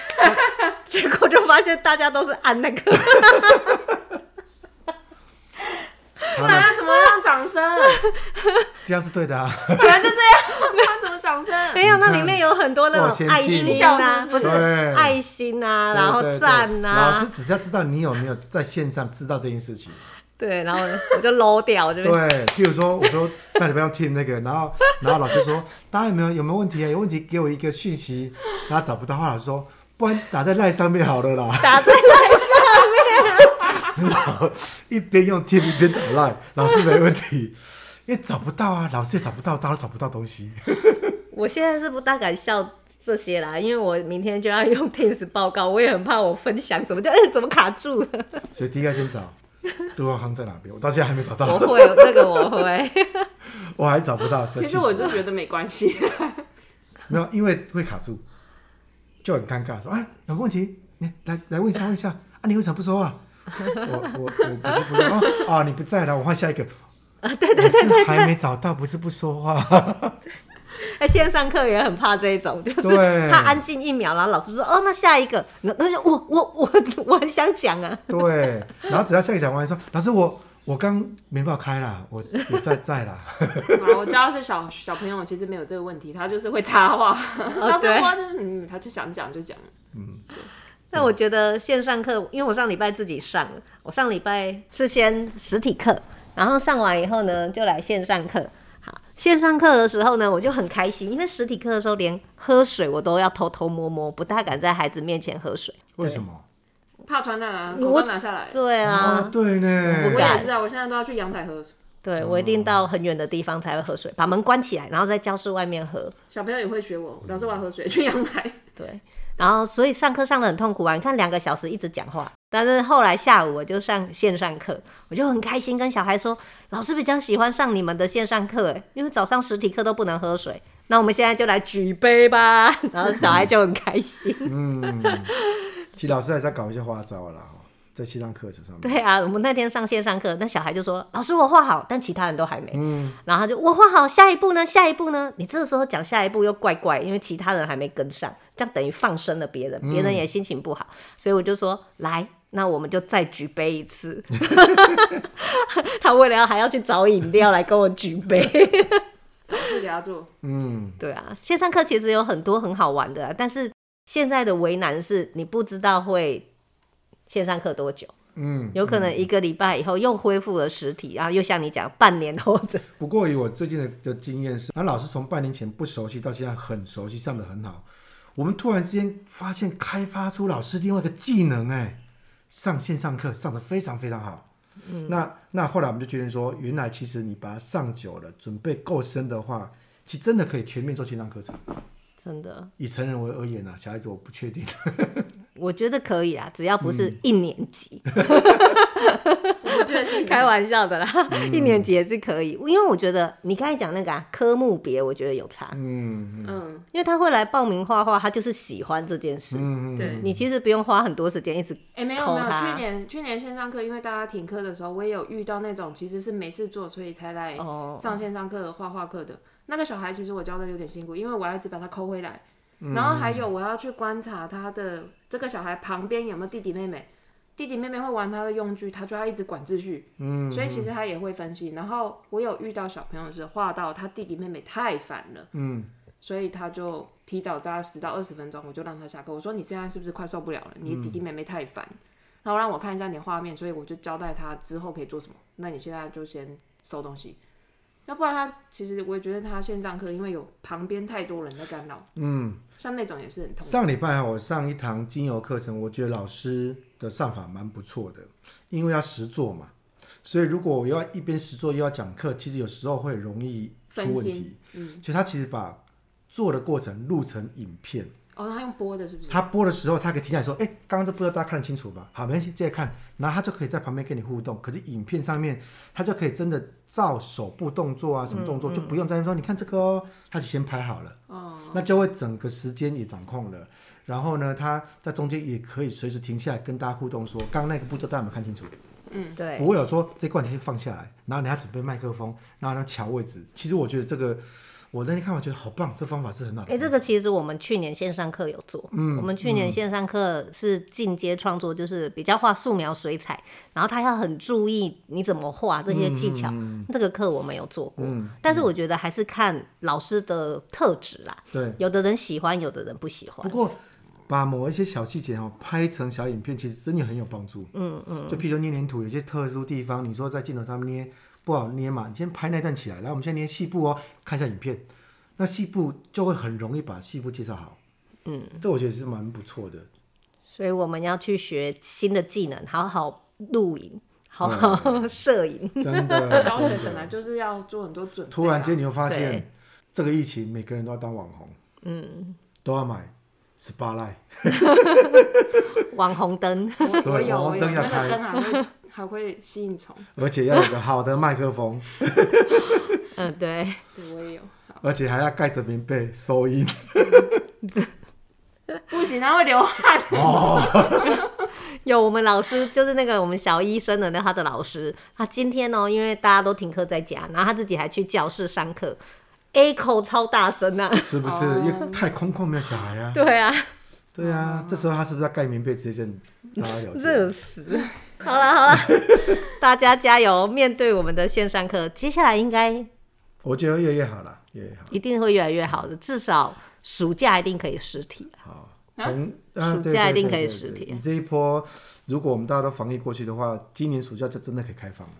Speaker 1: [laughs] 结果就发现大家都是按那个，
Speaker 2: 他
Speaker 3: 大
Speaker 2: 呢，
Speaker 3: 家怎么
Speaker 2: [laughs]
Speaker 3: 让掌声？
Speaker 2: 这样是对的啊。
Speaker 3: 本来就这样，他怎么掌声？
Speaker 1: 没有，
Speaker 2: 你看
Speaker 1: 那里面有有很多那
Speaker 2: 往
Speaker 1: 种
Speaker 2: 前
Speaker 1: 爱
Speaker 2: 进
Speaker 1: 心啊，[laughs]
Speaker 3: 对
Speaker 1: 不是
Speaker 2: 对
Speaker 1: 爱心啊，然后
Speaker 2: 对对对
Speaker 1: 赞
Speaker 2: 老
Speaker 1: 啊
Speaker 2: 师，只要知道你有没有在线上知道这件事情。
Speaker 1: 对，然后我就 low 掉，就
Speaker 2: 对，譬如说，我说上礼拜要 team 那个，然后然后老师说，大家有没有有没有问题啊？有问题给我一个讯息，然后找不到话，老师说，不然打在赖上面好了 [laughs] 啦。
Speaker 1: 打在
Speaker 2: 只好一边用 team 一边打赖，老师没问题，因为找不到啊，老师也找不到，大家都找不到东西。
Speaker 1: 我现在是不大敢笑这些啦，因为我明天就要用 Teams 报告，我也很怕我分享什么就哎、怎么卡住了。
Speaker 2: 所以第一个先找 [laughs] 对话框在哪边，我到现在还没找
Speaker 1: 我
Speaker 2: 到，
Speaker 1: 会这个我会，
Speaker 2: [laughs]
Speaker 1: [laughs]
Speaker 2: 我还找不到。
Speaker 3: 其
Speaker 2: 气死
Speaker 3: 实我就觉得没
Speaker 2: [laughs]
Speaker 3: 关系，
Speaker 2: 没有，因为会卡住，就很尴尬，说啊有问题，你来来问一下问一下啊，你为什么不说话？我我我不是不说话哦啊，你不在了，我换下一个。对对对对，还没找到，不是不说话， [laughs]
Speaker 1: 哎，线上课也很怕这一种，就是
Speaker 2: 对
Speaker 1: 他安静一秒，然后老师说哦，那下一个，那那就我我我我很想讲啊，
Speaker 2: 对。然后等到下一个讲完说，老师我我刚没办法开啦，我我在在啦。 [laughs]
Speaker 3: 好，我知道是小小朋友其实没有这个问题，他就是会插话，
Speaker 2: 哦
Speaker 3: 他
Speaker 1: 对
Speaker 3: 说话就是嗯，他就想讲就讲，
Speaker 1: 那我觉得线上课，因为我上礼拜自己上了，我上礼拜是先实体课，然后上完以后呢，就来线上课。好，线上课的时候呢，我就很开心，因为实体课的时候连喝水我都要偷偷摸摸，不大敢在孩子面前喝水。
Speaker 2: 为什么？
Speaker 3: 怕传染啊，
Speaker 1: 我
Speaker 3: 口罩拿下来。
Speaker 1: 对
Speaker 2: 啊，
Speaker 1: 啊，
Speaker 2: 对
Speaker 1: 不
Speaker 3: 我
Speaker 2: 呢，
Speaker 1: 敢
Speaker 3: 也是啊，我现在都要去阳台喝水，
Speaker 1: 对我一定到很远的地方才会喝水，把门关起来，然后在教室外面喝。
Speaker 3: 小朋友也会学我，老师我要喝水，去阳台。
Speaker 1: 对，然后所以上课上的很痛苦啊！你看两个小时一直讲话，但是后来下午我就上线上课，我就很开心跟小孩说，老师比较喜欢上你们的线上课，哎，因为早上实体课都不能喝水，那我们现在就来举杯吧，然后小孩就很开心。
Speaker 2: 嗯，其实老师还是要搞一些花招啦，哦在线上课程上
Speaker 1: [laughs]
Speaker 2: 面。
Speaker 1: 对啊，我们那天上线上课，那小孩就说：“老师，我画好。”但其他人都还没。
Speaker 2: 嗯，
Speaker 1: 然后他就我画好，下一步呢？下一步呢？你这时候讲下一步又怪怪，因为其他人还没跟上，这样等于放生了别人，别人也心情不好，所以我就说来。那我们就再举杯一次。 [laughs] 他为了要还要去找饮料来跟我举杯。 [laughs]
Speaker 3: 是给他做，
Speaker 2: 嗯，
Speaker 1: 对啊，线上课其实有很多很好玩的啊、但是现在的为难是你不知道会线上课多久，
Speaker 2: 嗯，
Speaker 1: 有可能一个礼拜以后又恢复了实体，然后又像你讲半年后的
Speaker 2: 不过以我最近的的经验是，那老师从半年前不熟悉到现在很熟悉，上的很好。我们突然之间发现开发出老师另外一个技能，哎，上线上课上的非常非常好。嗯，那那后来我们就决定说，原来其实你把它上久了，准备够深的话，其实真的可以全面做线上课程。
Speaker 1: [laughs] 真的。
Speaker 2: 以成人为而言啊，小孩子我不确定。
Speaker 1: 我觉得可以啦，只要不是一年 [laughs] 级，
Speaker 3: 我觉得是
Speaker 1: 开玩笑的啦，一年级也是可以。因为我觉得你刚才讲那个、啊、科目别，我觉得有差，
Speaker 2: 嗯
Speaker 3: 嗯，
Speaker 1: 因为他会来报名画画，他就是喜欢这件事。
Speaker 2: 嗯，嗯
Speaker 3: 对
Speaker 1: 你其实不用花很多时间一直
Speaker 3: 哎、没有
Speaker 1: 抠
Speaker 3: 没有，
Speaker 1: 他
Speaker 3: 去年去年线上课，因为大家停课的时候，我也有遇到那种其实是没事做，所以才来
Speaker 1: 哦，
Speaker 3: 上线上课画画课的那个小孩，其实我教的有点辛苦，因为我要一直把他抠回来，
Speaker 2: 嗯
Speaker 3: 然后还有我要去观察他的这个小孩旁边有没有弟弟妹妹，弟弟妹妹会玩他的用具，他就要一直管秩序，
Speaker 2: 嗯，
Speaker 3: 所以其实他也会分析。然后我有遇到小朋友是画到他弟弟妹妹太烦了，
Speaker 2: 嗯，
Speaker 3: 所以他就提早大概十到二十分钟，我就让他下课，我说你现在是不是快受不了了？你弟
Speaker 2: 嗯
Speaker 3: 弟妹妹太烦。然后让我看一下你的画面，所以我就交代他之后可以做什么。那你现在就先收东西，要不然他其实我也觉得他线上课，因为有旁边太多人在干扰，
Speaker 2: 嗯，
Speaker 3: 像那种也是很痛苦。
Speaker 2: 上礼拜啊我上一堂精油课程，我觉得老师的上法蛮不错的，因为要实做嘛，所以如果我要一边实做又要讲课，其实有时候会容易出问
Speaker 3: 分
Speaker 2: 题
Speaker 3: 心。嗯，
Speaker 2: 所以他其实把做的过程录成影片，
Speaker 3: 哦，他用播的是不是？
Speaker 2: 他播的时候他可以停下来说：“哎、刚刚这步骤大家看得清楚吧？好，没关系，接着看。”然后他就可以在旁边跟你互动。可是影片上面他就可以真的照手部动作啊，什么动作、就不用在那边说：“你看这个哦。”他先拍好了。
Speaker 3: 嗯哦，
Speaker 2: 那就会整个时间也掌控了。然后呢，他在中间也可以随时停下来跟大家互动说，刚刚那个步骤大家有没有看清楚？
Speaker 1: 对
Speaker 3: 嗯
Speaker 2: 不会有说这块你先放下来，然后你要准备麦克风，然后你要调位置。其实我觉得这个我那天看完觉得好棒，这方法是很好的。
Speaker 1: 哎、这个其实我们去年线上课有做，嗯，我们去年线上课是进阶创作，就是比较画素描、水彩，然后他要很注意你怎么画这些技巧。这个课我们有做过，但是我觉得还是看老师的特质啦，
Speaker 2: 对，
Speaker 1: 有的人喜欢，有的人不喜欢
Speaker 2: 不。过把某一些小细节哦拍成小影片，其实真的很有帮助。嗯嗯，就譬如捏黏土，有些特殊地方，你说在镜头上面捏不好捏嘛，你先拍那段起来，来我们先捏细部哦，看一下影片，那细部就会很容易把细部介绍好。嗯，这我觉得是蛮不 [laughs] 错的。
Speaker 1: 所以我们要去学新的技能，好好录影，好好 [laughs] 摄影。
Speaker 2: 真的，
Speaker 3: 教学
Speaker 2: 真
Speaker 3: 本来
Speaker 2: 的。
Speaker 3: 就是要做很多准备、啊。
Speaker 2: 突然间，你会发
Speaker 1: 对
Speaker 2: 现这个疫情，每个人都要当网红，嗯，都要买 SPA l i
Speaker 1: 网红灯，
Speaker 3: 我
Speaker 2: 对
Speaker 3: 我有
Speaker 2: 网
Speaker 3: 我
Speaker 2: 红
Speaker 3: 有
Speaker 2: 灯要
Speaker 3: 那
Speaker 2: 开
Speaker 3: 个灯还会还会吸引虫，
Speaker 2: 而且要有个好的麦克风， [laughs]
Speaker 1: 嗯，对。
Speaker 3: 对我也有。
Speaker 2: 而且还要盖着棉被收音。
Speaker 3: 不行，它会流汗。
Speaker 1: 有我们老师就是那个我们小医生的那他的老师，他今天哦、因为大家都停课在家，然后他自己还去教室上课，echo 超大声啊！
Speaker 2: 是不是？因为太空旷，没有小孩啊。
Speaker 1: [laughs] 对啊，
Speaker 2: 对啊，这时候他是不是要盖棉被直接跟大家聊
Speaker 1: [laughs] 热
Speaker 2: 天？
Speaker 1: 死！好了好了， [laughs] 大家加油！面对我们的线上课，接下来应该
Speaker 2: 我觉得越来越好了，越来越好。
Speaker 1: 一定会越来越好的，至少暑假一定可以实体。
Speaker 2: 好，从啊，
Speaker 1: 暑
Speaker 2: 对
Speaker 1: 假
Speaker 2: 对
Speaker 1: 一定可
Speaker 2: 对
Speaker 1: 以
Speaker 2: 对
Speaker 1: 实
Speaker 2: 对
Speaker 1: 体
Speaker 2: 你这一波，如果我们大家都防疫过去的话，今年暑假就真的可以开放了。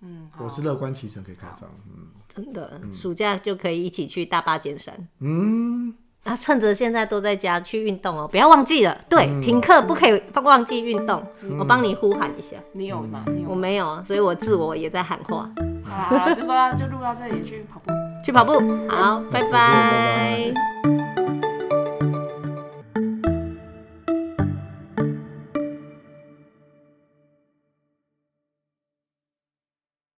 Speaker 3: 嗯，好
Speaker 1: 哦
Speaker 2: 我是乐观其成，可以开放。嗯
Speaker 1: 真的，暑假就可以一起去大巴尖山。嗯，啊，趁着现在都在家去运动哦，不要忘记了。对，停课不可以忘记运动。我帮你呼喊一下，
Speaker 3: 你有吗？你
Speaker 1: 我
Speaker 3: 有吗？
Speaker 1: 没有，所以我自我也在喊话。
Speaker 3: 啊好啦，好啦就说到就录到这里去跑步。
Speaker 1: 去跑步，好，拜
Speaker 2: 再见拜拜
Speaker 1: 拜